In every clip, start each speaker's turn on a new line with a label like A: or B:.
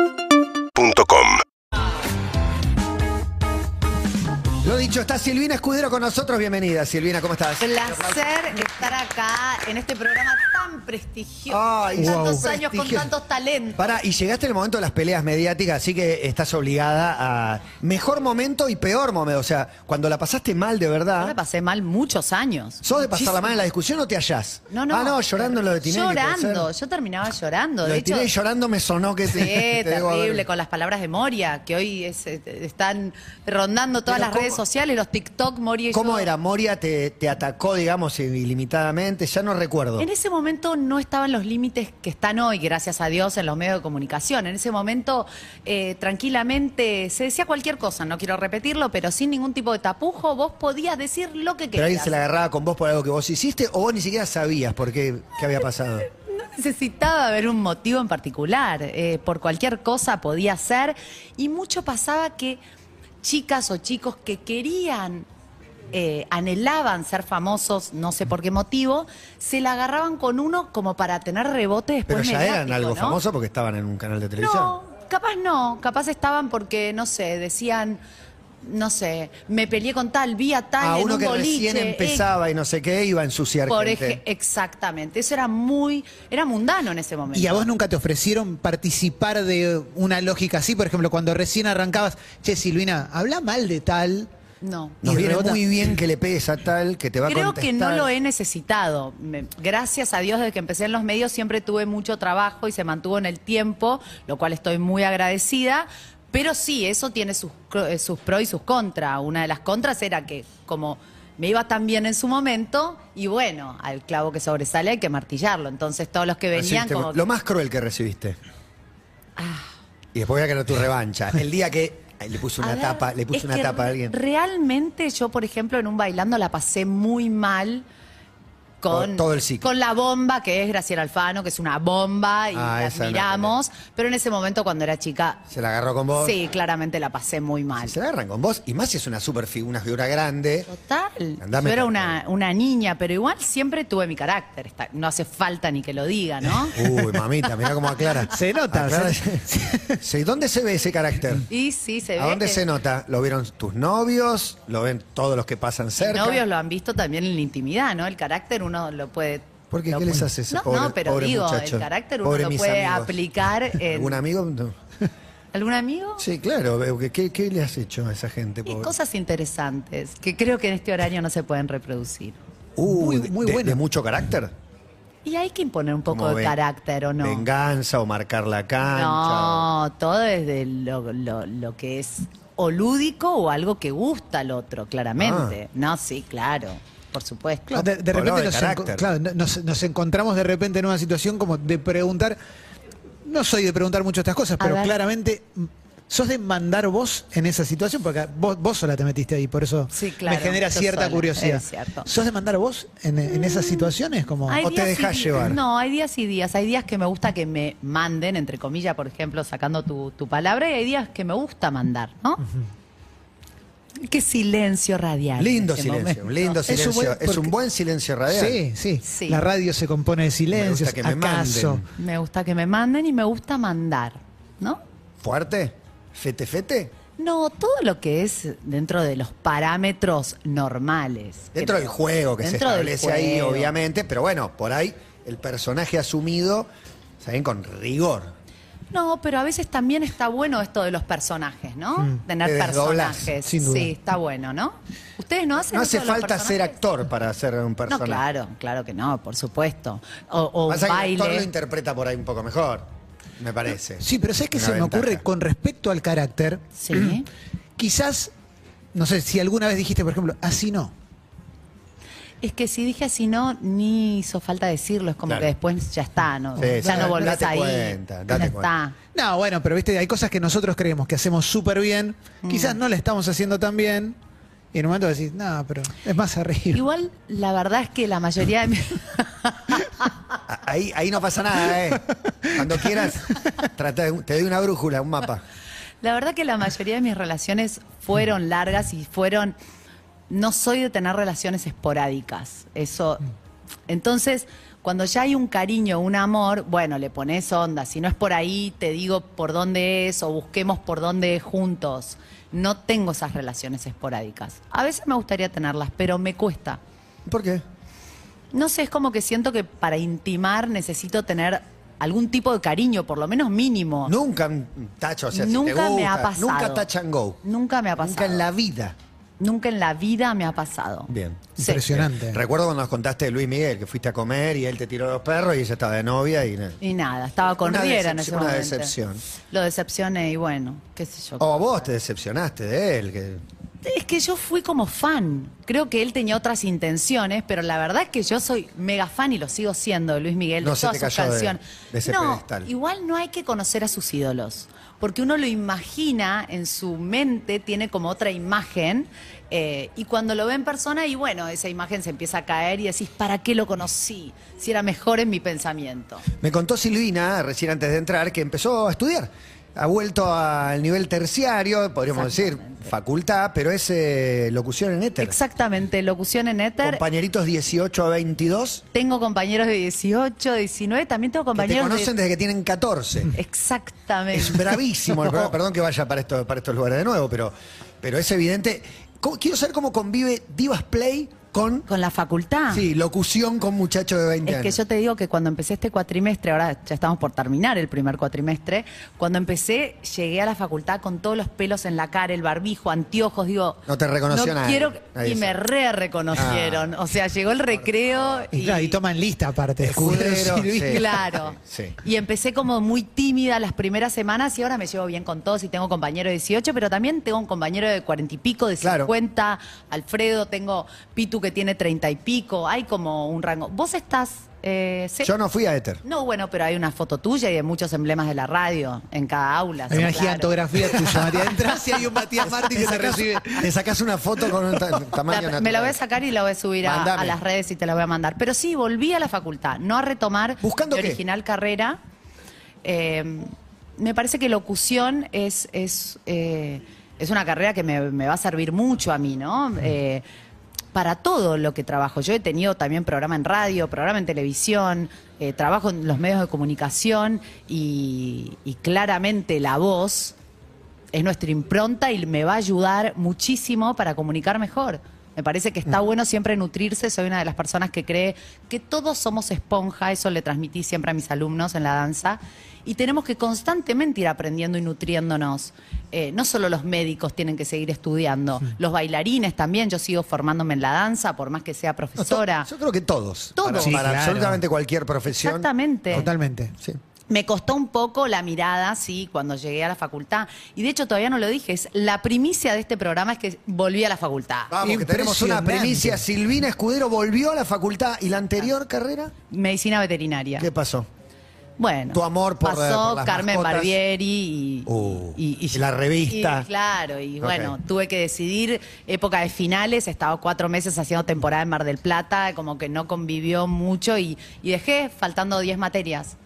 A: UrbanaPlayFM.com
B: Lo dicho, está Silvina Escudero con nosotros. Bienvenida, Silvina, ¿cómo estás?
C: Placer estar acá en este programa tan prestigioso.
B: Ay,
C: con tantos
B: wow.
C: años, con
B: prestigioso.
C: tantos talentos.
B: Pará, y llegaste el momento de las peleas mediáticas, así que estás obligada a mejor momento y peor momento. O sea, cuando la pasaste mal de
C: Yo la
B: verdad,
C: pasé mal muchos años.
B: ¿sos de pasarla mal en la discusión o te hallás?
C: No, no.
B: Ah, no, llorando en lo de Tinelli. puede
C: Llorando,
B: ser.
C: yo terminaba llorando.
B: Lo
C: de
B: de
C: hecho,
B: Tinelli llorando me sonó que
C: Sí,
B: te, te debo haber-
C: terrible, con las palabras de Moria, que hoy es, eh, están rondando todas
B: Pero
C: las
B: ¿cómo?
C: redes sociales, los TikTok, Moria y
B: ¿Cómo
C: yo.
B: era? Moria te, te atacó, digamos, ilimitadamente. Ya no recuerdo.
C: En ese momento no estaban los límites que están hoy, gracias a Dios, en los medios de comunicación. En ese momento, eh, tranquilamente, se decía cualquier cosa, no quiero repetirlo, pero sin ningún tipo de tapujo, vos podías decir lo que
B: Pero
C: querías.
B: alguien se la agarraba con vos por algo que vos hiciste o vos ni siquiera sabías por qué, qué había pasado.
C: No necesitaba haber un motivo en particular, eh, por cualquier cosa podía ser, y mucho pasaba que chicas o chicos que querían, eh, anhelaban ser famosos, no sé por qué motivo, se la agarraban con uno como para tener rebote después.
B: Pero ya eran
C: mediático,
B: algo
C: ¿no?
B: famoso porque estaban en un canal de televisión.
C: No, capaz no, capaz estaban porque, no sé, decían... No sé, me peleé con tal, vi a tal
B: a
C: en
B: Ah, uno
C: un
B: que recién
C: boliche, eh,
B: empezaba y no sé qué iba a ensuciar
C: por eje-
B: gente.
C: exactamente, eso era muy, era mundano en ese momento.
D: ¿Y a vos nunca te ofrecieron participar de una lógica así? Por ejemplo, cuando recién arrancabas, che, Silvina, habla mal de tal.
C: No.
B: Nos
D: Y
B: viene
D: rebota.
B: muy bien que le pegues a tal, que te va a
C: Creo
B: contestar.
C: que no lo he necesitado. Me- gracias a Dios, desde que empecé en los medios siempre tuve mucho trabajo y se mantuvo en el tiempo, lo cual estoy muy agradecida. Pero sí, eso tiene sus, cro- eh, sus pros y sus contras. Una de las contras era que como me iba tan bien en su momento, y bueno, al clavo que sobresale hay que martillarlo. Entonces todos los que venían
B: Recibiste-
C: como... Ah.
B: Lo más cruel que recibiste. Y después voy a ganar tu revancha. El día que ay, le puse una
C: A ver,
B: tapa, le
C: es
B: puse una
C: que
B: tapa a alguien.
C: Realmente yo, por ejemplo, en un bailando la pasé muy mal con,
B: Todo- todo el ciclo.
C: con la bomba que es Graciela Alfano, que es una bomba y
B: Ah,
C: la
B: esa no
C: admiramos. pero en ese momento cuando era chica,
B: Se la agarró con vos.
C: sí, claramente la pasé muy mal.
B: Se la agarran con vos. Y más si es una super fi- una figura grande.
C: Total.
B: Andá
C: yo era
B: metiendo.
C: una, una niña, pero igual siempre tuve mi carácter. Está- no hace falta ni que lo diga, ¿no?
B: Uy, mamita, mirá cómo aclara.
D: Se nota,
B: Aclara-
D: se-
B: Sí, ¿Dónde se ve ese carácter?
C: y sí, se ve.
B: ¿A dónde
C: que
B: se nota? ¿Lo vieron tus novios? ¿Lo ven todos los que pasan
C: mis
B: cerca?
C: novios lo han visto también en la intimidad, ¿no? El carácter uno lo puede.
B: ¿Por qué?
C: lo
B: ¿Qué
C: puede-
B: les haces?
C: No,
B: Pobre-
C: no, pero
B: pobre
C: digo,
B: muchacho.
C: el carácter uno
B: Pobre
C: lo
B: mis
C: puede
B: amigos.
C: aplicar en.
B: ¿Algún amigo? No.
C: ¿Algún amigo?
B: Sí, claro. veo que- ¿Qué, qué le has hecho a esa gente?
C: Y
B: pobre?
C: cosas interesantes que creo que en este horario no se pueden reproducir.
B: Uh,
D: Muy-
B: de-
D: muy
B: de,
D: buena.
B: de mucho carácter?
C: Y hay que imponer un poco
B: Como
C: de
B: ven-
C: carácter, ¿o no?
B: ¿Venganza o marcar la cancha? o-
C: no, todo desde lo, lo- lo que es o lúdico o algo que gusta al otro, claramente.
B: Ah.
C: No, sí, claro, por supuesto.
D: Claro, de, de
B: Hablaba
D: repente
B: de
D: nos,
B: carácter.
D: enco- claro, no- nos, nos encontramos de repente en una situación como de preguntar. No soy de preguntar mucho estas cosas,
C: A
D: pero
C: ver.
D: claramente mm, sos de mandar vos en esa situación, porque vos, vos sola te metiste ahí, por eso
C: Sí, claro,
D: me genera
C: yo
D: cierta
C: sola,
D: curiosidad.
C: es cierto.
D: ¿Sos de mandar vos en, en esas situaciones? Como,
C: Hay
B: ¿O te
C: días y
B: dejás
C: días.
B: llevar?
C: No, hay días y días. Hay días que me gusta que me manden, entre comillas, por ejemplo, sacando tu, tu palabra, y hay días que me gusta mandar, ¿no? Qué silencio radial.
B: Lindo
C: en ese
B: silencio,
C: momento.
B: lindo
D: Es un
B: silencio. Es un
D: buen-
B: buen,
D: porque-
B: silencio radial.
D: Sí, sí,
C: Sí.
D: La radio se compone de silencios.
B: que me
D: ¿Acaso?
B: manden.
C: Me gusta que me manden y me gusta mandar, ¿no?
B: ¿Fuerte? ¿Fete, fete?
C: No, todo lo que es dentro de los parámetros normales.
B: Dentro
C: creo.
B: del juego que
C: Dentro
B: se
C: del
B: establece ahí,
C: juego.
B: obviamente, pero bueno, por ahí el personaje asumido, ¿saben? Con rigor.
C: No, pero a veces también está bueno esto de los personajes, ¿no? Tener
B: Mm. Te desdoblás,
C: personajes.
D: sin duda.
C: Sí, está bueno, ¿no? ¿Ustedes no hacen
B: No
C: eso
B: hace
C: de los
B: falta ser
C: personajes?
B: actor para ser un personaje.
C: No, claro, claro que no, por supuesto. O, o un
B: Pasa que el actor lo
C: baile.
B: interpreta por ahí un poco mejor, me parece.
D: Sí, pero ¿sabes qué
B: Una
D: se me
B: ventaja.
D: ocurre con respecto al carácter?
C: Sí.
D: Quizás, no sé, si alguna vez dijiste, por ejemplo, así no.
C: Es que si dije así no, ni hizo falta decirlo. Es como
B: Claro.
C: que después ya está, ¿no?
B: Sí,
C: ya
B: sí,
C: no volvés
B: date
C: ahí.
B: cuenta, date
C: ya
B: cuenta.
C: está.
D: No, bueno, pero viste, hay cosas que nosotros creemos que hacemos súper bien,
B: Mm.
D: quizás no la estamos haciendo tan bien, y en un momento decís, no, pero es más arriba.
C: Igual, la verdad es que la mayoría de mi-
B: A- Ah, Ahí, ahí no pasa nada, ¿eh? Cuando quieras, trata de- te doy una brújula, un mapa.
C: La verdad que la mayoría de mis relaciones fueron largas y fueron. No soy de tener relaciones esporádicas. Eso. Entonces, Cuando ya hay un cariño, un amor, bueno, le pones onda. Si no es por ahí, te digo por dónde es o busquemos por dónde es juntos. No tengo esas relaciones esporádicas. A veces me gustaría tenerlas, pero me cuesta.
B: ¿Por qué?
C: No sé, es como que siento que para intimar necesito tener algún tipo de cariño, por lo menos mínimo.
B: Nunca un tacho, o sea, si te
C: Nunca me ha
B: gusta,
C: pasado.
B: Nunca touch and go.
C: Nunca me ha pasado.
B: Nunca en la vida.
C: Nunca en la vida me ha pasado.
B: Bien.
C: Sí.
D: Impresionante.
B: Recuerdo cuando nos contaste de Luis Miguel, que fuiste a comer y él te tiró los perros y ella estaba de novia y... nada.
C: Y nada, estaba con
B: Una
C: Riera en
B: decepción,
C: ese
B: una
C: momento.
B: decepción.
C: Lo decepcioné y bueno, qué sé yo.
B: O vos te decepcionaste de él. Que...
C: Es que yo fui como fan. Creo que él tenía otras intenciones, pero la verdad es que yo soy mega fan y lo sigo siendo de Luis Miguel,
B: No
C: de
B: se
C: todas
B: te
C: sus
B: cayó de-
C: canciones.
B: de ese
C: no,
B: pedestal.
C: igual no hay que conocer a sus ídolos, porque uno lo imagina en su mente, tiene como otra imagen, eh, y cuando lo ve en persona, y bueno, esa imagen se empieza a caer y decís, ¿para qué lo conocí? Si era mejor en mi pensamiento.
B: Me contó Silvina, recién antes de entrar, que empezó a estudiar. Ha vuelto al nivel terciario, podríamos decir,
C: Exactamente.
B: facultad, pero es eh, locución en éter.
C: Exactamente, locución en éter.
B: Compañeritos 18 a 22
C: Tengo compañeros de 18, 19, también tengo
B: que te
C: compañeros
B: conocen
C: de...
B: desde que tienen 14.
C: Exactamente.
B: Es bravísimo el programa. Perdón que vaya para, esto- para estos lugares de nuevo, pero, pero es evidente. ¿Cómo- Quiero saber cómo convive Divas Play con
C: Con la facultad.
B: sí, locución con muchachos de 20
C: Ah. Es que
B: años.
C: yo te digo que cuando empecé este cuatrimestre, ahora ya estamos por terminar el primer cuatrimestre, cuando empecé llegué a la facultad con todos los pelos en la cara, el barbijo, anteojos, digo...
B: No te reconoció
C: no
B: nadie.
C: Quiero...
B: Nadie Ah.
C: y me
B: sabe.
C: re reconocieron. O sea, llegó el recreo
D: Y,
C: y...
D: claro, y toman lista aparte.
B: Escudero,
D: Escudero, Silvina.
B: sí.
C: Claro.
B: Sí.
C: Y empecé como muy tímida las primeras semanas y ahora me llevo bien con todos y tengo compañero de 18, pero también tengo un compañero de cuarenta y pico, de
B: Claro.
C: 50, Alfredo, tengo Pitu que tiene treinta y pico, hay como un rango. Vos estás... eh, se-
B: Yo no fui a éter.
C: no, bueno, pero hay una foto tuya y de muchos emblemas de la radio en cada aula.
D: Hay una
C: claro.
D: gigantografía tuya, Matías. Entrás y hay un Matías Martín que te recibe.
B: Te sacás una foto con un ta- tamaño
C: La-
B: natural.
C: me la voy a sacar y la voy a subir a,
B: Mandame.
C: a las redes y te la voy a mandar. Pero sí, volví a la facultad, no a retomar
B: ¿Buscando
C: mi
B: qué?
C: original carrera. Eh, me parece que locución es, es, eh, es una carrera que me, me va a servir mucho a mí, ¿no? Eh, para todo lo que trabajo. Yo he tenido también programa en radio, programa en televisión, eh, trabajo en los medios de comunicación y- y claramente la voz es nuestra impronta y me va a ayudar muchísimo para comunicar mejor. Me parece que
B: Mm.
C: está bueno siempre nutrirse. Soy una de las personas que cree que todos somos esponja, eso le transmití siempre a mis alumnos en la danza. Y tenemos que constantemente ir aprendiendo y nutriéndonos. Eh, no solo los médicos tienen que seguir estudiando, los bailarines también. Yo sigo formándome en la danza, por más que sea
B: No, to-
C: profesora.
B: Yo creo que todos.
C: Todos.
B: Para,
C: Sí,
B: para
D: claro.
B: absolutamente cualquier profesión.
C: Exactamente.
D: Totalmente.
B: Sí.
C: Me costó un poco la mirada, sí, cuando llegué a la facultad. Y de hecho todavía no lo dije, es la primicia de este programa es que volví a la facultad.
B: Vamos, que tenemos una
D: Impresionante.
B: primicia. Silvina Escudero volvió a la facultad y la
C: Ah.
B: anterior carrera.
C: Medicina veterinaria.
B: ¿Qué pasó?
C: Bueno.
B: Tu amor por, eh,
C: Pasó
B: por las
C: Carmen
B: mascotas.
C: Barbieri y,
B: Uh, y la revista.
C: y claro, y
B: Ok.
C: bueno, tuve que decidir época de finales. He estado cuatro meses haciendo temporada en Mar del Plata, como que no convivió mucho y, y dejé faltando 10 materias.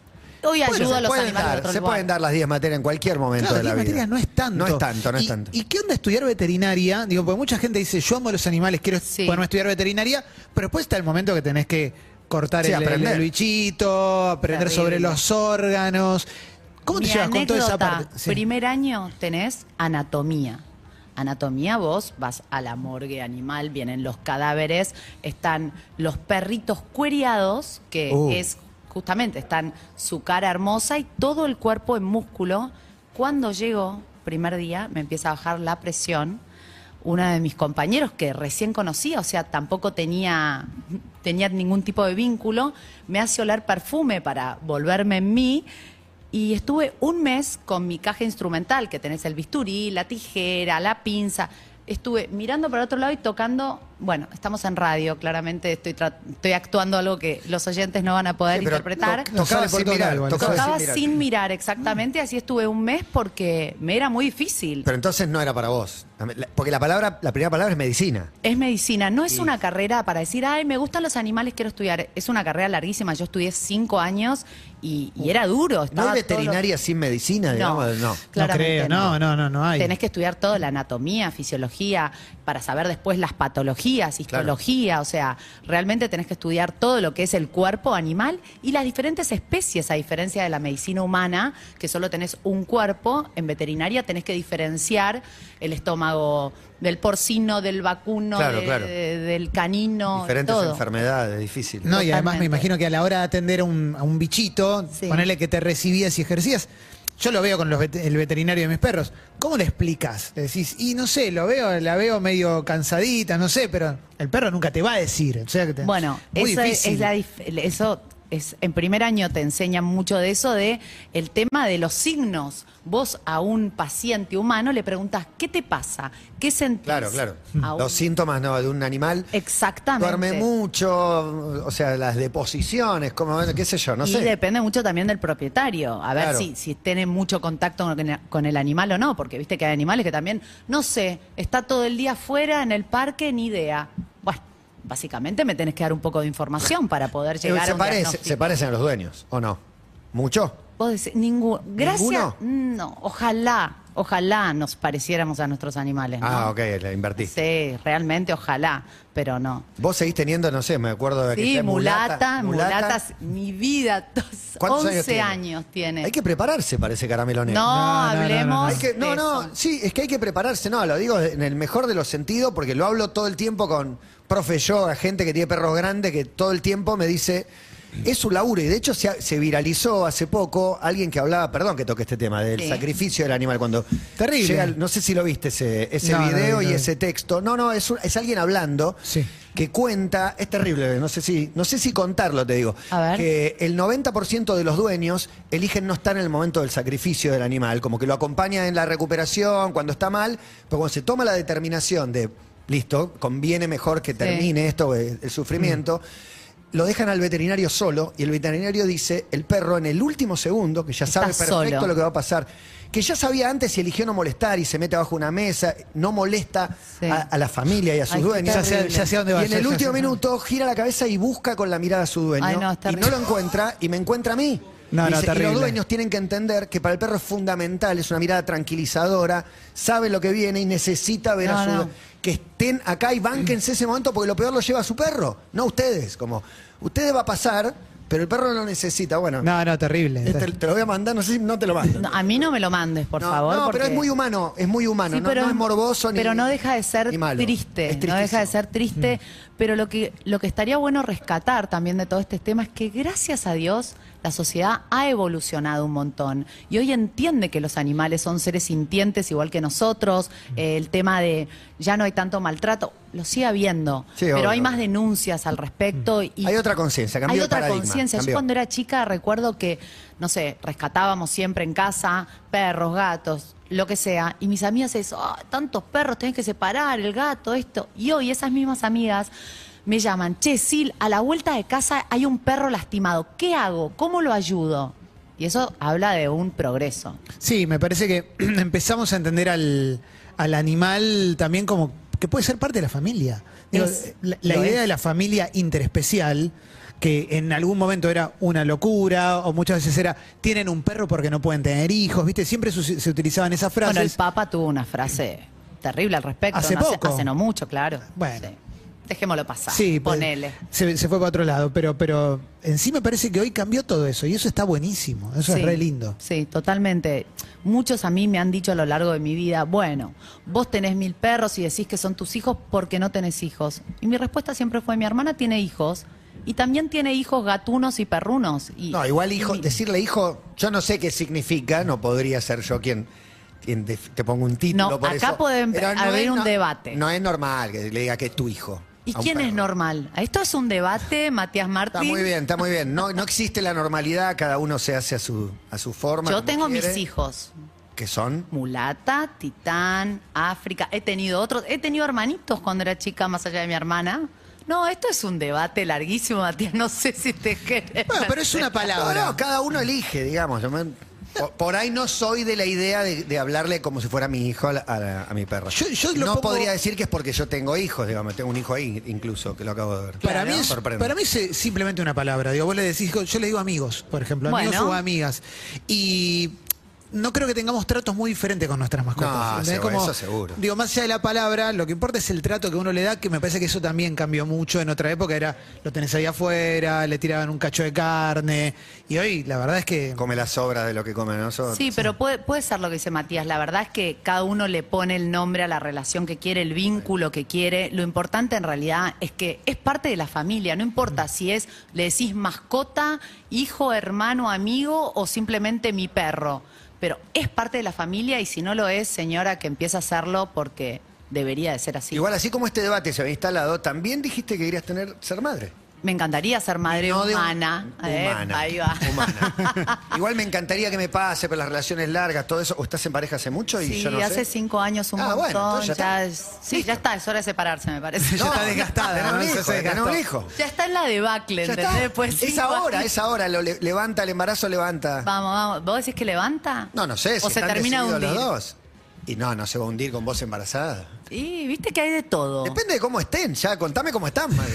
C: Hoy
B: Bueno,
C: ayudo a
B: se
C: los
B: pueden
C: animales de
B: dar,
C: otro
B: Se
C: lugar.
B: pueden dar las 10 materias en cualquier momento
D: Claro,
B: de la
D: diez
B: vida.
D: materias no es tanto.
B: No es tanto, no
D: y,
B: es tanto.
D: ¿Y qué onda estudiar veterinaria? Digo, porque mucha gente dice, yo amo los animales, quiero
C: Sí.
D: ponerme a estudiar veterinaria, pero después está el momento que tenés que cortar
B: Sí,
D: el, el-
B: aprender.
D: el bichito, aprender
C: Terrible.
D: sobre los órganos. ¿Cómo te
C: Mi
D: llevas con toda esa
C: anécdota,
D: parte? Sí.
C: Primer año tenés anatomía. Anatomía, vos vas a la morgue animal, vienen los cadáveres, están los perritos cueriados, que
B: Uh.
C: es justamente, están su cara hermosa y todo el cuerpo en músculo. Cuando llego, primer día, me empieza a bajar la presión. Una de mis compañeros que recién conocía, o sea, tampoco tenía, tenía ningún tipo de vínculo, me hace oler perfume para volverme en mí. Y estuve un mes con mi caja instrumental, que tenés el bisturí, la tijera, la pinza. Estuve mirando para otro lado y tocando. Bueno, estamos en radio, claramente estoy, tra- estoy actuando algo que los oyentes no van a poder
B: Sí, pero
C: interpretar.
B: to-
D: No
B: Tocaba
D: sale
B: sin
D: por todo
B: mirar.
D: lado,
B: tocaba
C: Tocaba
B: sin mirar.
C: sin mirar, exactamente. Así estuve un mes porque me era muy difícil.
B: Pero entonces no era para vos. La- Porque la palabra, la primera palabra es medicina.
C: Es medicina, no es una carrera para decir, ay, me gustan los animales, quiero estudiar. Es una carrera larguísima. Yo estudié cinco años y, y era duro.
B: No
C: estaba
B: hay
C: Ah, todo lo-
B: veterinaria sin medicina, digamos. No.
D: No
C: claramente
D: creo, no, no, no, no hay.
C: Tenés que estudiar toda la anatomía, fisiología, para saber después las patologías, histología, o sea, realmente tenés que estudiar todo lo que es el cuerpo animal y las diferentes especies, a diferencia de la medicina humana, que solo tenés un cuerpo, en veterinaria tenés que diferenciar el estómago del porcino, del vacuno,
B: Claro,
C: de-
B: claro.
C: de- del canino,
B: Diferentes
C: todo.
B: enfermedades, difícil.
D: No, y además
C: Totalmente.
D: me imagino que a la hora de atender a un, a un bichito,
C: Sí.
D: ponerle que te recibías y ejercías, yo lo veo con los vet- el veterinario de mis perros. ¿Cómo le explicas? Le decís, y no sé, lo veo, la veo medio cansadita, no sé, pero el perro nunca te va a decir. o sea que te-
C: Bueno,
D: muy
C: eso es,
D: difícil.
C: es la dif- eso es en primer año te enseñan mucho de eso de el tema de los signos. Vos a un paciente humano le preguntas ¿qué te pasa? ¿Qué sentís?
B: Claro, claro.
C: A un-
B: Los síntomas no, de un animal.
C: Exactamente.
B: Duerme mucho, o sea, las deposiciones, como, qué sé yo, no
C: y
B: sé.
C: depende mucho también del propietario, a ver
B: Claro.
C: si, si tiene mucho contacto con el, con el animal o no, porque viste que hay animales que también, no sé, está todo el día afuera en el parque, ni idea. Bueno, básicamente me tenés que dar un poco de información para poder
B: Eh,
C: llegar a
B: se,
C: un
B: parece,
C: diagnóstico.
B: se parecen a los dueños, ¿o no? ¿Mucho?
C: Vos decís, ningú- Gracias. No, ojalá, ojalá nos pareciéramos a nuestros animales. ¿no?
B: Ah, ok, le invertí.
C: Sí, realmente ojalá, pero no.
B: Vos seguís teniendo, no sé, me acuerdo de que
C: Sí, mulata, mulatas, mi vida, tos-
B: ¿Cuántos
C: 11
B: tiene?
C: años tiene.
B: Hay que prepararse para ese caramelo
C: no,
B: negro.
D: no, no, no.
C: hablemos.
B: Hay que- no,
C: de
B: no,
C: eso.
B: sí, es que hay que prepararse, no, lo digo en el mejor de los sentidos porque lo hablo todo el tiempo con profe yoga, gente que tiene perros grandes que todo el tiempo me dice, es su laburo y de hecho se, se viralizó hace poco alguien que hablaba, perdón que toque este tema, del
C: Sí.
B: sacrificio del animal cuando...
D: Terrible.
B: llega el- no sé si lo viste ese, ese
D: No, no lo
B: video
D: vi, no
B: y
D: lo vi.
B: ese texto, no, no, es, un- es alguien hablando
D: Sí.
B: que cuenta, es terrible, no sé si, no sé si contarlo te digo,
C: A ver.
B: que eh, el 90% de los dueños eligen no estar en el momento del sacrificio del animal, como que lo acompaña en la recuperación cuando está mal, pero cuando se toma la determinación de, listo, conviene mejor que termine esto, eh, el sufrimiento,
C: Mm.
B: lo dejan al veterinario solo y el veterinario dice, el perro en el último segundo, que ya
C: Está
B: sabe perfecto
C: solo.
B: lo que va a pasar, que ya sabía antes si eligió no molestar y se mete abajo una mesa, no molesta
C: Sí.
B: a, a la familia y a sus
C: Ay, qué
B: dueños.
D: Ya sé- ya sé a dónde
B: y
D: vas,
B: en
D: ya
B: el
D: sé-
B: último
D: ya sé-
B: minuto gira la cabeza y busca con la mirada a su dueño
C: Ay, no, es
B: y
C: terrible.
B: no lo encuentra y me encuentra a mí.
D: No,
B: Y
D: no,
B: dice, y los
D: terrible.
B: dueños tienen que entender que para el perro es fundamental, es una mirada tranquilizadora, sabe lo que viene y necesita ver a
C: No,
B: su
C: no.
B: que estén acá y bánquense ese momento porque lo peor lo lleva a su perro, no ustedes, como ustedes va a pasar, pero el perro lo necesita. Bueno,
D: No, no, terrible.
B: este te lo voy a mandar, no sé si no te lo mando.
C: No, a mí no me lo mandes, por
B: No,
C: favor.
B: no, pero
C: porque-
B: es muy humano, es muy humano,
C: Sí,
B: no- no, es morboso ni
C: Pero no deja de ser
B: ni malo.
C: triste,
B: Es
C: no deja de
B: tristísimo.
C: ser triste. Pero lo que, lo que estaría bueno rescatar también de todo este tema es que gracias a Dios la sociedad ha evolucionado un montón y hoy entiende que los animales son seres sintientes igual que nosotros, Eh, el tema de ya no hay tanto maltrato, lo sigue habiendo,
B: Sí,
C: pero
B: obvio,
C: hay más
B: obvio.
C: denuncias al respecto. Y
B: Hay otra conciencia, cambió
C: Hay
B: el
C: otra
B: paradigma,
C: conciencia. Yo
B: cambió.
C: cuando era chica recuerdo que, no sé, rescatábamos siempre en casa perros, gatos, lo que sea. Y mis amigas es, "Ah, tantos perros, tenés que separar, el gato, esto. Y hoy esas mismas amigas me llaman, che, Sil, a la vuelta de casa hay un perro lastimado. ¿Qué hago? ¿Cómo lo ayudo? Y eso habla de un progreso.
D: Sí, me parece que empezamos a entender al, al animal también como que puede ser parte de la familia. Digo,
C: Es,
D: la la
C: lo
D: idea
C: es.
D: de la familia interespecial, que en algún momento era una locura, o muchas veces era, tienen un perro porque no pueden tener hijos, ¿viste? Siempre su- se utilizaban esas frases.
C: Bueno, el Papa tuvo una frase terrible al respecto.
D: Hace
C: ¿no?
D: poco.
C: Hace, no mucho, claro.
D: Bueno.
C: Sí. Dejémoslo pasar.
D: Sí, pues,
C: ponele.
D: Se, se fue para otro lado, pero, pero en sí me parece que hoy cambió todo eso y eso está buenísimo, eso
C: Sí,
D: es re lindo.
C: Sí, totalmente. Muchos a mí me han dicho a lo largo de mi vida, bueno, vos tenés mil perros y decís que son tus hijos porque no tenés hijos. Y mi respuesta siempre fue, mi hermana tiene hijos y también tiene hijos gatunos y perrunos. Y,
B: No, igual hijo,
C: y-
B: decirle hijo, yo no sé qué significa, no podría ser yo quien, quien te, te pongo un título
C: No,
B: por
C: acá
B: eso.
C: puede
B: Pero
C: haber
B: es
C: un
B: no-
C: debate.
B: No es normal que le diga que es tu hijo.
C: ¿Y
B: a un
C: quién es
B: perro.
C: normal? Esto es un debate, Matías Martín.
B: Está muy bien, está muy bien. No, no existe la normalidad, cada uno se hace a su, a su forma.
C: Yo
B: como
C: tengo mis
B: quiere,
C: hijos.
B: Que son.
C: Mulata, Titán, África. He tenido otros, he tenido hermanitos cuando era chica, más allá de mi hermana. No, esto es un debate larguísimo, Matías. No sé si te querés.
D: Bueno, pero es
B: No,
D: una
B: no,
D: palabra.
B: cada uno elige, digamos. Yo me- por, por ahí no soy de la idea de, de hablarle como si fuera mi hijo a, la- a la- a mi perro.
D: Yo- yo lo
B: no
D: pongo-
B: podría decir que es porque yo tengo hijos, digamos. Tengo un hijo ahí, incluso, que lo acabo de ver.
D: Para, mí
B: Me
D: es,
B: sorprende.
D: para mí es eh, simplemente una palabra. Digo, vos le decís, yo le digo amigos, por ejemplo, amigos
C: Bueno.
D: o amigas. Y no creo que tengamos tratos muy diferentes con nuestras mascotas.
B: No,
D: ¿entendés?
B: seguro, eso seguro.
D: Digo, más allá de la palabra, lo que importa es el trato que uno le da, que me parece que eso también cambió mucho. En otra época era, lo tenés ahí afuera, le tiraban un cacho de carne. Y hoy, la verdad es que.
B: Come las sobras de lo que comen nosotros.
C: Sí, pero puede, puede ser lo que dice Matías. La verdad es que cada uno le pone el nombre a la relación que quiere, el vínculo que quiere. Lo importante en realidad es que es parte de la familia. No importa si es, le decís mascota, hijo, hermano, amigo o simplemente mi perro. Pero es parte de la familia y si no lo es, señora, que empiece a hacerlo porque debería de ser así.
B: Igual así como este debate se había instalado, también dijiste que querías tener ser madre.
C: Me encantaría ser madre
B: No de un-
C: humana. Eh,
B: humana.
C: ahí va.
B: humana. Igual me encantaría que me pase, pero las relaciones largas, todo eso. ¿O estás en pareja hace mucho? Y
C: Sí,
B: yo no sé?
C: hace cinco años un
B: Ah, bueno,
C: montón.
B: entonces ya está.
C: ya es- sí, ya está, es hora de separarse, me parece.
D: Ya está desgastada,
B: tenés
D: ¿no?
B: un
D: Ya
B: hijo,
D: se
B: tenés
D: desgastó.
B: un hijo.
C: Ya está en la debacle,
B: Ya
C: ¿entendés? Pues
B: está.
C: Después de
B: es
C: cinco
B: ahora,
C: años.
B: es ahora. Lo le- levanta el embarazo, levanta.
C: Vamos, vamos. ¿Vos decís que levanta?
B: No, no sé.
C: O
B: si
C: se
B: están
C: termina de
B: decididos
C: hundir.
B: los dos. Y no, no se va a hundir con vos embarazada.
C: Y viste que hay de todo.
B: Depende de cómo estén, ya. Contame cómo están. madre.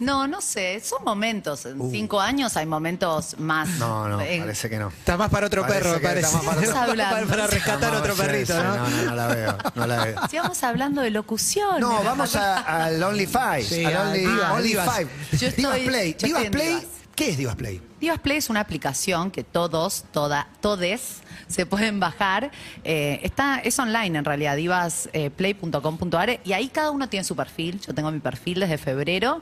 C: No, no sé. Son momentos. En
B: Uh.
C: cinco años hay momentos más.
B: No, no,
C: en-
B: parece que no.
D: Está más para otro
B: Parece
D: perro, me
B: que
D: parece.
B: está más para otro-
D: Para- para- para rescatar
B: No,
D: otro
B: sí,
D: perrito,
B: sí,
D: ¿no?
B: no, no la veo. No la veo.
C: Sigamos hablando de locución.
B: No, vamos a- al Only Five.
D: Sí,
B: al
D: a
B: Only,
D: Divas,
B: Only
D: Divas.
B: Five.
C: Yo estoy-
B: Divas Play.
C: yo estoy
B: Divas
C: en
B: Play.
C: Divas.
B: ¿Qué es Divas Play?
C: Divas Play es una aplicación que todos, toda, todes se pueden bajar. Eh, está, es online en realidad, eh, divasplay.com.ar y ahí cada uno tiene su perfil. Yo tengo mi perfil desde febrero.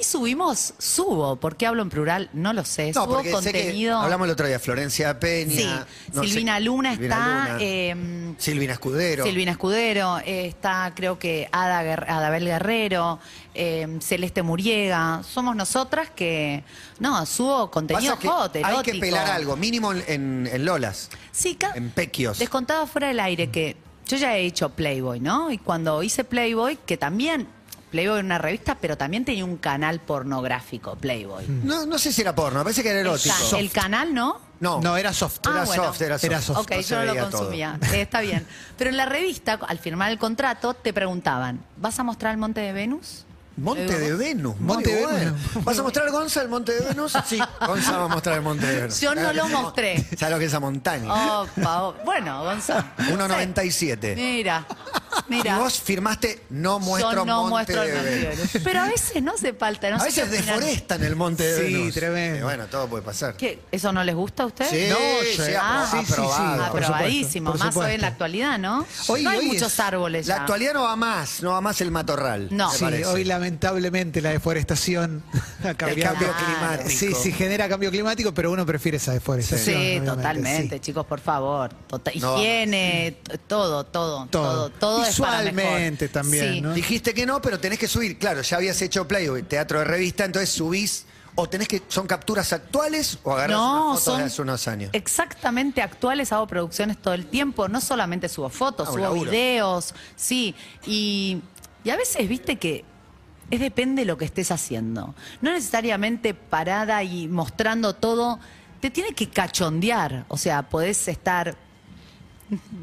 C: Y subimos, subo, ¿por qué hablo en plural? No lo sé.
B: No,
C: subo
B: porque sé que
C: contenido.
B: hablamos el otro día. Florencia Peña.
C: Sí,
B: no sé-
C: Silvina Luna está,
B: Luna,
C: eh,
B: Silvina Escudero.
C: Silvina Escudero, eh, está creo que Ada Guer- Adabel Guerrero, eh, Celeste Muriega, somos nosotras que, no, subo contenido
B: Pasa que
C: hot,
B: hay que
C: erótico.
B: pelar algo, mínimo en, en- en Lolas.
C: Sí, ca-
B: En Pequios.
C: Les contaba fuera del aire que yo ya he hecho Playboy, ¿no? Y cuando hice Playboy, que también, Playboy era una revista, pero también tenía un canal pornográfico, Playboy.
B: No, no sé si era porno, parece que era
C: El
B: Mm. erótico.
C: ca- el canal, ¿no?
B: no,
D: No, era soft.
B: Era
C: Ah, bueno.
B: soft, era soft.
D: Era soft.
C: Ok,
B: se
C: yo no
B: veía
C: lo
B: todo.
C: consumía. Eh, está bien. Pero en la revista, al firmar el contrato, te preguntaban, ¿vas a mostrar el monte de Venus?
B: Monte
C: Le digo,
B: de Venus, Monte
D: Monte de
B: de
D: Venus.
B: ¿Vas a mostrar Gonza el Monte de Venus? Sí, Gonza va a mostrar el Monte de Venus.
C: Yo no
B: ¿Sabes
C: lo Oh.
B: lo que es-
C: mostré.
B: ¿Sabes lo que es esa montaña?
C: Opa, o- bueno, Gonzalo.
B: 1.97.
C: Mira, mira.
B: Y vos firmaste no muestro
C: yo no
B: Monte
C: muestro el
B: de
C: monte de
B: Venus.
C: Venus. Pero a veces no hace falta. No
B: A
C: sé
B: veces
C: qué opinan.
B: deforestan el Monte de
D: Sí,
B: Venus.
D: tremendo.
B: Y bueno, todo puede pasar.
C: ¿Qué? ¿Eso no les gusta a ustedes?
B: Sí,
D: No,
B: sí,
D: yo-
B: apro-
C: Ah, sí, sí, sí,
B: aprobado.
D: por supuesto,
C: Aprobadísimo.
D: por
C: Más hoy en
D: supuesto.
C: la actualidad, ¿no?
D: Hoy-
C: no hay
D: hoy
C: muchos
D: es-
C: árboles
B: La
C: ya.
B: actualidad no va más, no va más el matorral.
C: No.
B: me
C: Sí,
D: Sí,
B: parece.
D: hoy lamentablemente la deforestación ha
B: el
D: cambiado.
B: cambio
C: Claro.
B: climático.
D: Ah, Sí, sí, genera cambio climático, pero uno prefiere esa deforestación.
C: Sí,
D: obviamente,
C: totalmente,
D: sí.
C: chicos, por favor. Tota-
B: No,
C: higiene, t- todo, todo, todo,
D: Todo.
C: todo. es para mejor.
D: Visualmente también, ¿no?
B: Dijiste que no, pero tenés que subir. Claro, ya habías hecho Playboy, teatro de revista, entonces subís. O tenés que. ¿Son capturas actuales o agarrás
C: No,
B: unas fotos
C: son eh,
B: de hace unos años?
C: exactamente actuales, hago producciones todo el tiempo, no solamente subo fotos,
B: Ah, un
C: subo
B: laburo.
C: videos, sí, y, y a veces viste que es depende de lo que estés haciendo, no necesariamente parada y mostrando todo, te tiene que cachondear, o sea, podés estar...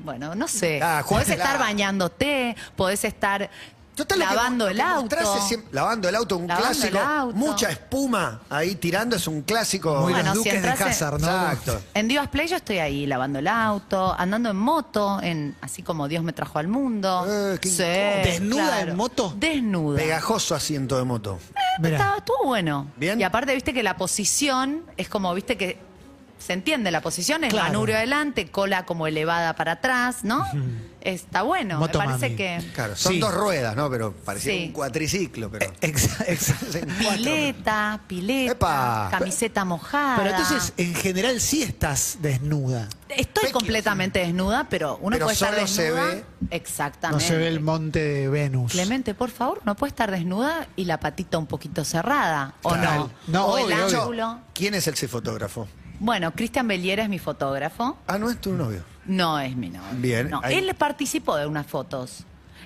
C: Bueno, no sé.
B: Ah,
C: podés
B: jugásela.
C: estar bañándote, podés estar
B: Total, lo que-
C: lavando
B: lo que
C: el
B: mostrás
C: auto.
B: es siempre- lavando el auto, un
C: Lavando el
B: clásico.
C: auto.
B: Mucha espuma ahí tirando, es un clásico.
D: Muy
C: Bueno,
D: los
C: si
D: duques de
C: entrase-
D: Hazard, ¿no?
B: Exacto.
C: En Divas Play yo estoy ahí lavando el auto, andando en moto, en así como Dios me trajo al mundo.
B: Eh, qué
C: Sí,
B: incómodo.
D: ¿Desnuda en moto?
C: Desnuda.
B: Pegajoso asiento de moto.
D: Mirá.
C: Estaba estuvo bueno.
B: Bien.
C: Y aparte, viste que la posición es como, viste que se entiende la posición, es
D: Claro.
C: manubrio adelante, cola como elevada para atrás, ¿no? Está bueno.
D: Moto
C: me parece
D: mami.
C: que.
B: Claro, son
D: Sí.
B: dos ruedas, ¿no? Pero parecía
C: Sí. Eh,
B: un cuatriciclo, pero.
D: Exa- exa-
B: en cuatro, pero-
C: Pileta, pileta,
B: Epa.
C: camiseta mojada.
D: Pero entonces, en general, sí estás desnuda.
C: Estoy
B: Pequio.
C: completamente desnuda, pero uno
B: Pero
C: puede estar
B: solo se
C: desnuda.
B: ve-
D: No
C: Exactamente.
D: se ve el monte de Venus.
C: Clemente, por favor, no puede estar desnuda y la patita un poquito cerrada, ¿o
D: Claro.
C: no?
D: No,
C: o
D: obvio,
C: el
D: obvio.
C: ángulo.
B: ¿Quién es el fotógrafo?
C: Bueno, Cristian Belliera es mi fotógrafo.
B: Ah, no es tu novio.
C: No es mi novio.
B: Bien,
C: No,
B: ahí-
C: Él participó de unas fotos.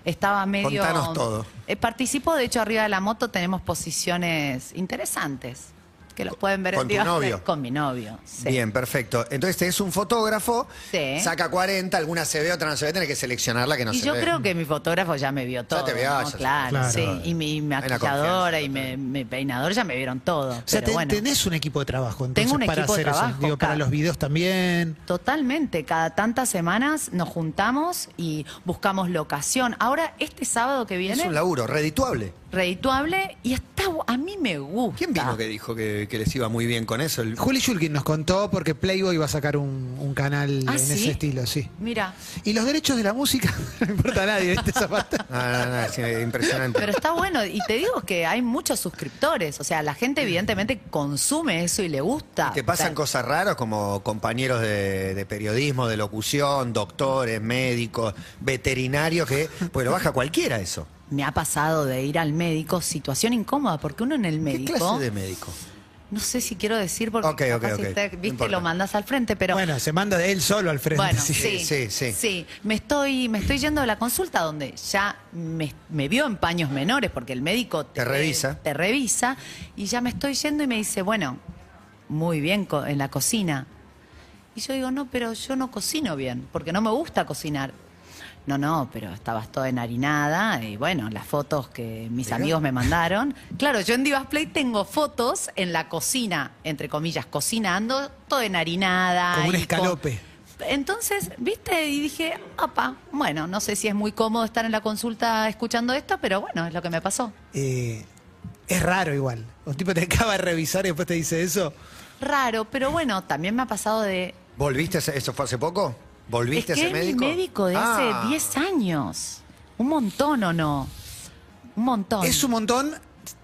C: Estaba medio.
B: Contanos todo.
C: Eh, participó, de hecho, arriba de la moto tenemos posiciones interesantes. que los pueden ver
B: ¿Con
C: en
B: tu
C: Dios. eh,
B: novio?
C: Con mi novio. sí.
B: Bien, perfecto. Entonces este es un fotógrafo,
C: Sí.
B: saca 40, alguna se ve, otra no se ve, tenés que seleccionar la que no
C: y
B: se
C: yo
B: ve.
C: creo que mi fotógrafo ya me vio
B: Ya
C: todo.
B: te vio,
C: ¿no?
B: ya se-
C: claro,
D: Claro.
C: sí. Y mi maquilladora y mi, mi peinador ya me vieron todo.
D: O sea,
C: pero
D: te-
C: bueno.
D: tenés un equipo de trabajo entonces,
C: Tengo un
D: para
C: equipo de
D: hacer eso.
C: trabajo,
D: Digo, para
C: claro.
D: los videos también.
C: Totalmente, cada tantas semanas nos juntamos y buscamos locación. Ahora, este sábado que
B: Es
C: viene,
B: un laburo, redituable.
C: redituable y está, bu- a mí me gusta.
B: ¿Quién vino que dijo que, que les iba muy bien con eso? El-
D: Juli Shulkin nos contó porque Playboy va a sacar un, un canal
C: ¿Ah,
D: en
C: sí?
D: ese estilo, sí.
C: Mira,
D: Y los derechos de la música, no importa a nadie, ¿viste esa parte?
B: No, no, no, es eh, impresionante.
C: pero está bueno y te digo que hay muchos suscriptores, o sea, la gente evidentemente consume eso y le gusta.
B: ¿Te
C: O
B: pasan
C: sea,
B: cosas raras como compañeros de, de periodismo, de locución, doctores, médicos, veterinarios? Que, pues lo baja cualquiera eso.
C: Me ha pasado de ir al médico, situación incómoda, porque uno en el
B: ¿Qué
C: médico,
B: clase de médico?
C: no sé si quiero decir porque
B: Ok, ok,
C: capaz si
B: ok,
C: está-
B: no
C: viste,
B: importa.
C: lo mandas al frente, pero
D: Bueno, se manda de él solo al frente.
C: Bueno,
D: sí.
C: sí,
B: sí,
C: sí,
B: sí, sí.
C: Me estoy, me estoy yendo a la consulta donde ya me, me vio en paños menores, porque el médico
B: Te revisa.
C: Te revisa. Y ya me estoy yendo y me dice, bueno, muy bien co- en la cocina. Y yo digo, no, pero yo no cocino bien, porque no me gusta cocinar. No, no, pero estabas toda enharinada y bueno, las fotos que mis
B: Mirá.
C: amigos me mandaron. Claro, yo en Divas Play tengo fotos en la cocina, entre comillas, cocinando, toda enharinada.
D: Como un
C: y con-
D: escalope.
C: entonces, viste, y dije, apa, bueno, no sé si es muy cómodo estar en la consulta escuchando esto, pero bueno, es lo que me pasó.
D: Eh, es raro igual. Un tipo te acaba de revisar y después te dice eso.
C: Raro, pero bueno, también me ha pasado de...
B: ¿Volviste? a ese- ¿Eso fue hace poco?
C: Es
B: ¿Volviste
C: que
B: a
C: es
B: ese médico?
C: mi médico de
B: Ah.
C: hace 10 años. Un montón, ¿o no? Un montón.
D: Es un montón.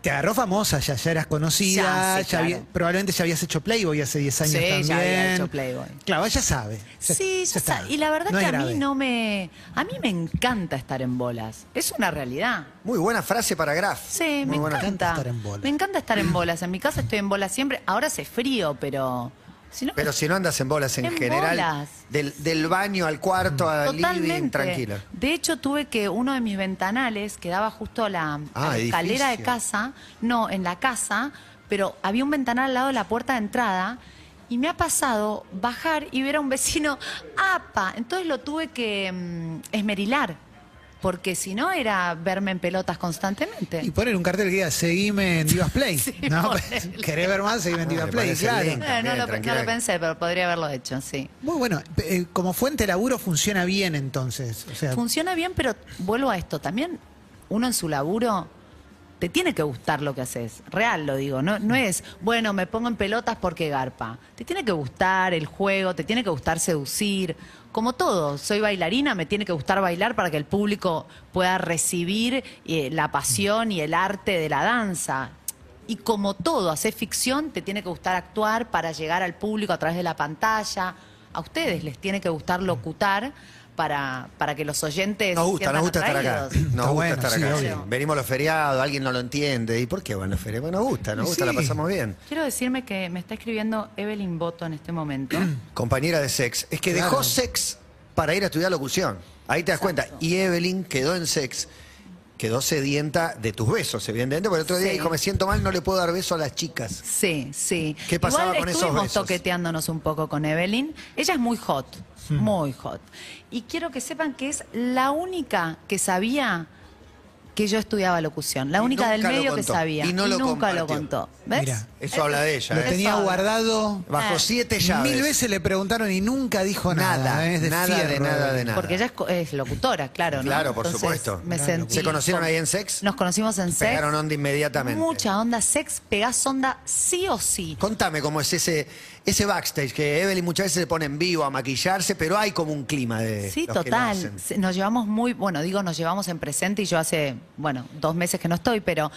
D: Te agarró famosa, ya, ya eras conocida,
C: Ya, sí,
D: ya había-
C: claro.
D: probablemente ya habías hecho Playboy hace 10 años
C: Sí, ya
D: también.
C: había hecho Playboy.
D: Claro, ya sabe. Ya-
C: Sí,
D: ya
C: ya
D: está.
C: está. y la verdad
D: No
C: que
D: es
C: a mí
D: grave.
C: no me... A mí me encanta estar en bolas. Es una realidad.
B: Muy buena frase para Graf.
C: Sí,
B: Muy
C: me
B: buena.
C: encanta.
D: encanta estar en bolas.
C: Me encanta estar en bolas. En mi casa estoy en bolas siempre. Ahora hace frío, pero... Si no,
B: Pero si no andas en bolas en,
C: En
B: general,
C: bolas.
B: Del, del baño al cuarto, al
C: Totalmente.
B: living, tranquila.
C: De hecho, tuve que uno de mis ventanales que daba justo a la, a
B: Ah,
C: la escalera de
B: edificio.
C: casa, no, en la casa, pero había un ventanal al lado de la puerta de entrada y me ha pasado bajar y ver a un vecino, ¡apa! Entonces lo tuve que mm, esmerilar, porque si no era verme en pelotas constantemente.
D: Y poner un cartel que diga, seguime en Divas Play. ¿no?
C: ponele.
D: ¿Querés ver más? Seguime en
B: Ah,
D: Divas
B: me
D: Play,
B: parece
D: claro.
B: bien.
C: Eh, no,
B: Bien,
C: lo,
B: tranquila.
C: no lo pensé, pero podría haberlo hecho, sí.
D: Muy bueno. eh, como fuente de laburo funciona bien entonces. O
B: Ah.
D: sea,
C: Funciona bien, pero vuelvo a esto. También uno en su laburo te tiene que gustar lo que haces. Real lo digo. No, no es, bueno, me pongo en pelotas porque garpa. Te tiene que gustar el juego, te tiene que gustar seducir. Como todo, soy bailarina, me tiene que gustar bailar para que el público pueda recibir eh, la pasión y el arte de la danza. Y como todo, hacer ficción, te tiene que gustar actuar para llegar al público a través de la pantalla. A ustedes les tiene que gustar locutar para, para que los oyentes.
B: Nos gusta,
C: sientan
B: nos gusta estar acá.
C: atraídos.
B: Nos gusta
D: bueno,
B: estar
D: sí,
B: acá.
C: obvio.
B: Venimos los feriados, alguien no lo entiende. ¿Y por qué van los feriados? Bueno, nos gusta, nos gusta,
D: Sí.
B: la pasamos bien.
C: Quiero decirme que me está escribiendo Evelyn Boto en este momento.
B: Compañera de sex. Es que
D: Claro.
B: dejó sex para ir a estudiar locución. Ahí te das cuenta. Y Evelyn quedó en sex. Quedó sedienta de tus besos, evidentemente. Porque el otro día
C: Sí.
B: dijo, me siento mal, no le puedo dar beso a las chicas.
C: Sí, sí.
B: ¿Qué pasaba
C: Igual
B: con esos
C: estuvimos
B: besos?
C: toqueteándonos un poco con Evelyn. Ella es muy hot,
B: Hmm.
C: muy hot. Y quiero que sepan que es la única que sabía que yo estudiaba locución, la
B: Y
C: única del
B: nunca lo
C: medio que
B: contó.
C: sabía
B: Y no lo
C: nunca lo
B: compartió.
C: contó. ¿Ves?
D: Mira.
B: Eso habla de ella,
D: lo
B: ¿eh?
D: tenía
C: Eso.
D: guardado.
B: Bajo
C: Ah.
B: siete llaves.
D: Mil veces le preguntaron y nunca dijo nada.
B: Nada,
D: ¿eh? Es
B: nada de
D: fierro.
B: nada de nada.
C: Porque ella es, co- es locutora, claro, ¿no?
B: Claro, por
C: Entonces,
B: supuesto.
C: me
B: Claro,
C: sentí
B: ¿Se conocieron
C: con-
B: ahí en Sex?
C: Nos conocimos en Sex.
B: Pegaron onda inmediatamente.
C: Mucha onda sex, pegás onda sí o sí.
B: Contame cómo es ese, ese backstage que Evelyn muchas veces se pone en vivo a maquillarse, pero hay como un clima de.
C: Sí,
B: los que lo
C: total.
B: hacen.
C: Se- Nos llevamos muy, bueno, digo, nos llevamos en presente y yo hace, bueno, dos meses que no estoy, pero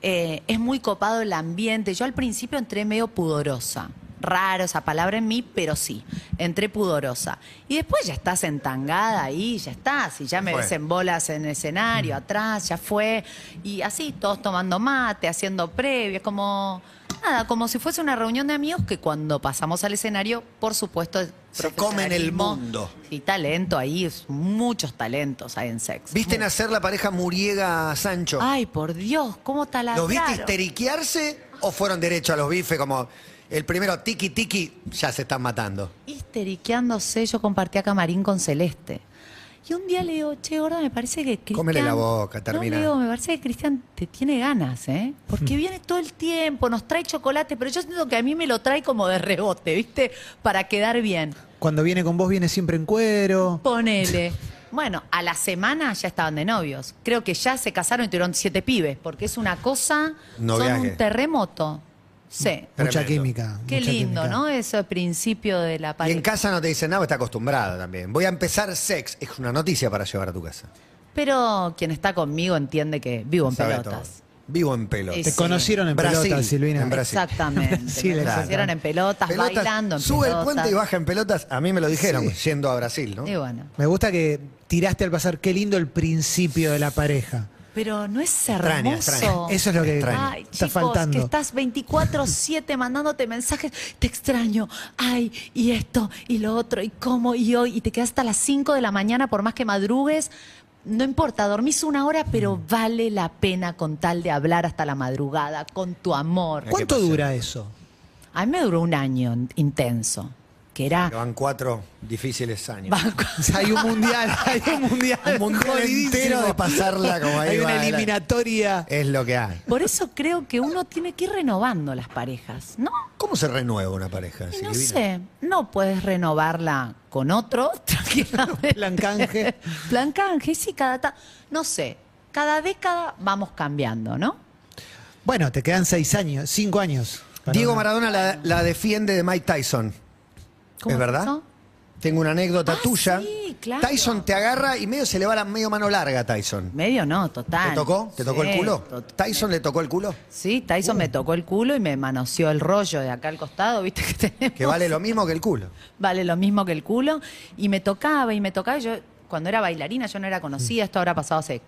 C: eh, es muy copado el ambiente. Yo al principio entré medio pudorosa. Raro esa palabra en mí, pero sí, entré pudorosa. Y después ya estás entangada ahí, ya estás, y ya me
B: Fue.
C: ves en bolas en el escenario, atrás, ya fue. Y así, todos tomando mate, haciendo previas, como. Nada, como si fuese una reunión de amigos que cuando pasamos al escenario, por supuesto,
B: Se comen el
C: profesionalismo
B: mundo.
C: y talento ahí, es- muchos talentos hay en sex.
B: ¿Viste
C: Muy-
B: nacer la pareja Muriega Sancho?
C: Ah, Ay, por Dios, cómo taladraron.
B: ¿Lo viste histeriquearse? o fueron derecho a los bifes, como el primero tiki tiki, ya se están matando.
C: Histeriqueándose, yo compartía camarín con Celeste. Y un día le digo, che, gorda, me parece que Cristian...
B: Cómele la boca, termina. Hmm.
C: No, le digo, me parece que Cristian te tiene ganas, ¿eh? Porque viene todo el tiempo, nos trae chocolate, pero yo siento que a mí me lo trae como de rebote, ¿viste? Para quedar bien.
D: Cuando viene con vos, viene siempre en cuero.
C: Ponele. Bueno, a la semana ya estaban de novios. Creo que ya se casaron y tuvieron siete pibes, porque es una cosa, son
B: Noviaje.
C: un terremoto. Sí.
B: Tremendo.
D: Mucha química.
C: Qué
D: mucha
C: lindo,
D: química.
C: ¿no? Eso principio de la
B: Y en
C: pareja.
B: casa no te dicen nada, está acostumbrada también. Voy a empezar sex. Es una noticia para llevar a tu casa.
C: Pero quien está conmigo entiende que vivo en
B: Sabe
C: pelotas.
B: todo. Vivo en pelotas.
D: Te
C: Sí.
D: conocieron en
B: Brasil,
D: pelota, Silvina.
B: en Brasil.
C: Exactamente.
D: Sí,
C: me
D: exacto.
C: conocieron en pelotas,
B: Pelotas,
C: bailando en
B: Sube
C: pelotas.
B: el puente y baja en pelotas. A mí me lo dijeron, yendo a Brasil, ¿no?
C: Y bueno.
D: Me gusta que tiraste al pasar. Qué lindo el principio de la pareja.
C: Pero no es hermoso.
B: Extraña, extraña.
D: Eso es lo que
B: Extraño.
C: Oh. Ay,
D: está
C: chicos,
D: faltando.
C: que estás 24-7 mandándote mensajes, te extraño, ay, y esto, y lo otro, y cómo, y hoy, y te quedas hasta las 5 de la mañana por más que madrugues. No importa, dormís una hora, pero vale la pena con tal de hablar hasta la madrugada, con tu amor.
B: Hay que
D: ¿Cuánto
B: pasar.
D: dura eso?
C: A mí me duró un año in- intenso, que era...
B: Pero Van cuatro difíciles años.
D: O sea, hay un mundial, hay un mundial,
B: Un mundial
D: jodidísimo.
B: entero de pasarla como ahí
D: Hay
B: va,
D: una
B: era-
D: eliminatoria.
B: Es lo que hay.
C: Por eso creo que uno tiene que ir renovando las parejas, ¿no?
B: ¿Cómo se renueva una pareja?
C: Y
B: Silvina?
C: No sé, no puedes renovarla con otro, tranquilamente.
D: Plan canje.
C: Plan canje, sí, cada ta- No sé, cada década vamos cambiando, ¿no?
D: Bueno, te quedan seis años, cinco años. para
B: Diego
D: una-
B: Maradona la, la defiende de Mike Tyson.
C: ¿Cómo
B: ¿Es verdad?
C: eso?
B: Tengo una anécdota
C: Ah,
B: tuya.
C: sí, claro.
B: Tyson te agarra y medio se le va la medio mano larga a Tyson.
C: Medio no, total.
B: ¿Te tocó? ¿Te tocó
C: Sí,
B: el culo? Uh.
C: tot-
B: ¿Tyson le tocó el culo?
C: Sí, Tyson me tocó el culo y me manoseó el rollo de acá al costado, ¿viste? Que tenemos.
B: Que vale lo mismo que el culo.
C: vale lo mismo que el culo. Y me tocaba y me tocaba. y Yo, cuando era bailarina, yo no era conocida. Esto habrá pasado hace,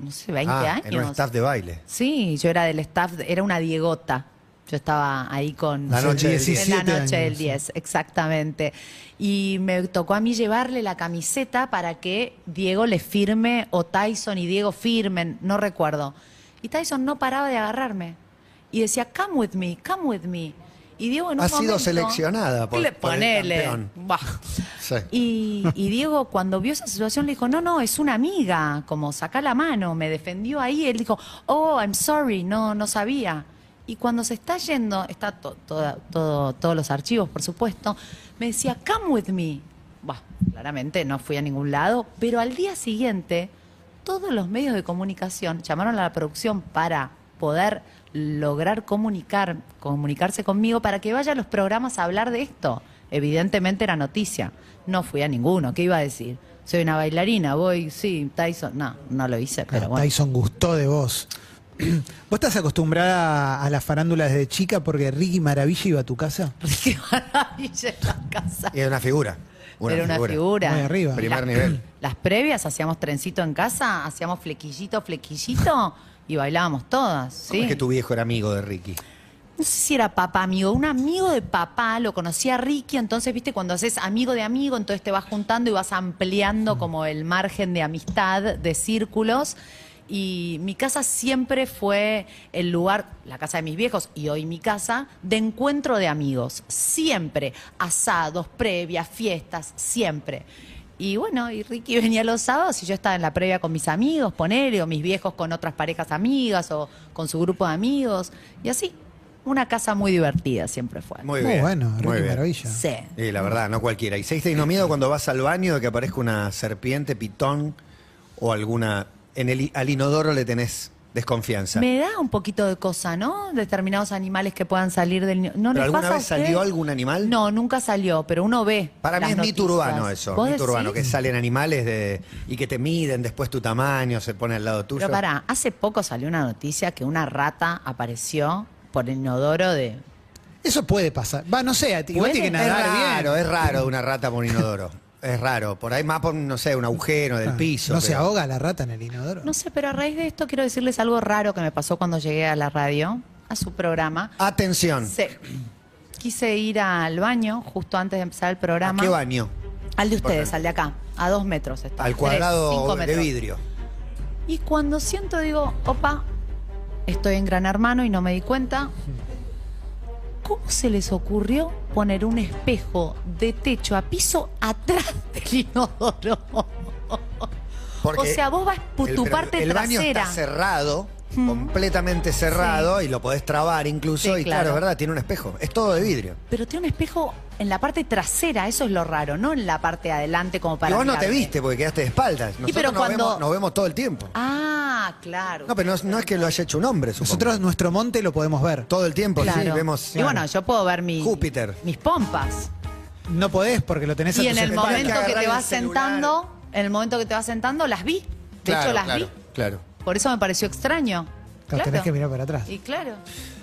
C: no sé, 20
B: Mm. Ah,
C: años.
B: en un staff de baile.
C: Sí, yo era del staff, de- era una Diegota. Yo estaba ahí con.
B: La noche del
C: En la
D: 17
C: noche del
D: años, sí.
C: 10, exactamente. Y me tocó a mí llevarle la camiseta para que Diego le firme o Tyson y Diego firmen, no recuerdo. Y Tyson no paraba de agarrarme. Y decía, come with me, come with me. Y Diego en un
B: Ha sido
C: momento-
B: seleccionada por-
C: Le-
B: por el
C: ponele.
B: campeón.
C: Buah.
B: Sí.
C: Y, y Diego, cuando vio esa situación, le dijo, no, no, es una amiga, como saca la mano, me defendió ahí. Él dijo, oh, I'm sorry, no, no sabía. Y cuando se está yendo, está to- toda- todo, todos los archivos, por supuesto, me decía, come with me. Bah, claramente no fui a ningún lado, pero al día siguiente, todos los medios de comunicación llamaron a la producción para poder lograr comunicar, comunicarse conmigo para que vaya a los programas a hablar de esto. Evidentemente era noticia. No fui a ninguno. ¿Qué iba a decir? Soy una bailarina, voy, sí, Tyson. No, no lo hice, pero
D: Ah,
C: bueno.
D: Tyson gustó de vos. ¿Vos estás acostumbrada a las farándulas desde chica porque Ricky Maravilla iba a tu casa?
C: Qué maravilla la casa.
B: Y era una figura. Una
C: era
B: figura.
C: una figura.
D: Muy arriba.
B: Primer
C: Las-
B: nivel.
C: Las previas hacíamos trencito en casa, hacíamos flequillito, flequillito y bailábamos todas. ¿sí?
B: ¿Cómo es que tu viejo era amigo de Ricky?
C: no sé si era papá amigo, un amigo de papá, lo conocía a Ricky, entonces, viste, cuando haces amigo de amigo, entonces te vas juntando y vas ampliando como el margen de amistad, de círculos. Y mi casa siempre fue el lugar, la casa de mis viejos y hoy mi casa, de encuentro de amigos. Siempre. Asados, previas, fiestas, siempre. Y bueno, y Ricky venía los sábados y yo estaba en la previa con mis amigos, ponele, o mis viejos con otras parejas amigas, o con su grupo de amigos, y así. Una casa muy divertida siempre fue.
B: Muy
D: Muy
B: bien.
D: bueno, Ricky
B: muy bien.
D: Maravilla.
C: Sí.
B: Y la verdad, no cualquiera. ¿Y seis tenés miedo cuando vas al baño de que aparezca una serpiente, pitón o alguna... En el, al inodoro le tenés desconfianza.
C: Me da un poquito de cosa, ¿no? Determinados animales que puedan salir del... ni- ¿No
B: ¿Pero
C: les
B: alguna
C: pasa a
B: vez
C: ustedes?
B: salió algún animal?
C: No, nunca salió, pero uno ve.
B: Para mí
C: las
B: es mito
C: noticias.
B: urbano eso,
C: ¿Vos
B: mito urbano, que
C: decís?
B: salen animales de, y que te miden después tu tamaño, se pone al lado tuyo.
C: Pero pará, hace poco salió una noticia que una rata apareció por el inodoro de...
D: Eso puede pasar. Va, no sé, igual
C: Puede.
D: tiene que
B: es
D: nadar
B: raro, eh,
D: bien.
B: es raro una rata por un inodoro. es raro. Por ahí más por, no sé, un agujero del piso.
D: Ah, no se
B: pero-
D: ahoga la rata en el inodoro.
C: No sé, pero a raíz de esto quiero decirles algo raro que me pasó cuando llegué a la radio, a su programa.
B: Atención.
C: Sí. Quise ir al baño justo antes de empezar el
B: ¿A
C: programa.
B: qué baño?
C: Al de ustedes, al de acá, a dos metros. está.
B: Al
C: Tres,
B: cuadrado
C: cinco
B: de
C: metros.
B: vidrio.
C: Y cuando siento, digo, opa, estoy en Gran Hermano y no me di cuenta. ¿Cómo se les ocurrió poner un espejo de techo a piso atrás del inodoro?
B: Porque
C: o sea, vos vas por
B: el-
C: tu
B: pero
C: parte
B: El baño
C: trasera. Mm.
B: está cerrado, completamente cerrado, y lo podés trabar incluso.
C: Sí,
B: y claro,
C: claro.
B: es verdad, tiene un espejo. Es todo de vidrio.
C: Pero tiene un espejo en la parte trasera, eso es lo raro, no en la parte de adelante como
B: y
C: para.
B: vos no te
C: mirar bien.
B: viste porque quedaste de espaldas. Nosotros
C: pero
B: nos,
C: cuando-
B: vemos, nos vemos todo el tiempo.
C: Ah, claro.
B: No, pero no, no es que lo haya hecho un hombre, supongo.
D: Nosotros nuestro monte lo podemos ver.
B: todo el tiempo, sí,
C: Claro.
B: vemos.
C: y bueno, yo puedo ver mi,
B: Júpiter.
C: mis pompas.
D: No podés porque lo tenés a
C: Y en
D: tus
C: el
D: espaldas.
B: Hay que
C: momento que
B: agarrar
C: te
B: el
C: vas
B: celular.
C: sentando, en el momento que te vas sentando, las vi. De
B: Claro,
C: hecho, las
B: claro,
C: vi.
B: claro.
C: Por eso me pareció extraño.
D: Lo tenés que mirar para atrás.
C: Y claro.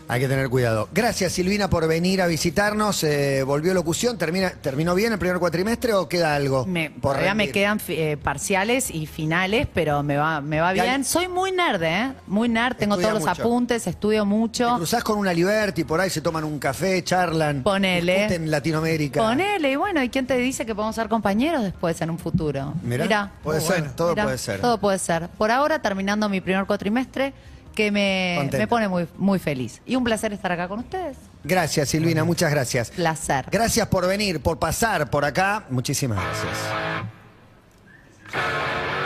B: Hay que tener cuidado. Gracias, Silvina, por venir a visitarnos. Eh, volvió locución. ¿Termina, ¿Terminó bien el primer cuatrimestre o queda algo?
C: Me,
B: por
C: todavía me
B: rendir?
C: quedan fi- eh, parciales y finales, pero me va, me va
B: Y hay-
C: bien. Soy muy nerd, ¿eh? Muy nerd, tengo
B: Estudia
C: todos los
B: mucho.
C: apuntes, estudio
B: Te
C: mucho.
B: cruzás con una Liberty por ahí, se toman un café, charlan.
C: Ponele.
B: En Latinoamérica.
C: Ponele, y bueno, ¿y quién te dice que podemos ser compañeros después en un futuro?
B: Mirá, puede
D: muy
B: ser,
D: bueno.
B: todo
C: mirá,
B: puede ser.
C: Todo puede ser. Por ahora, terminando mi primer cuatrimestre, que me,
B: Contenta.
C: me pone muy, muy feliz. Y un placer estar acá con ustedes.
B: Gracias, Silvina, muchas gracias.
C: Placer.
B: Gracias por venir, por pasar por acá. Muchísimas gracias.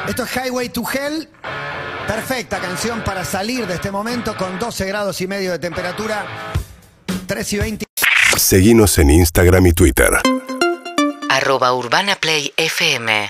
B: Esto es Highway to Hell. Perfecta canción para salir de este momento con 12 grados y medio de temperatura, 3 y 20.
A: Seguinos en Instagram y Twitter.
E: arroba urbanaplayfm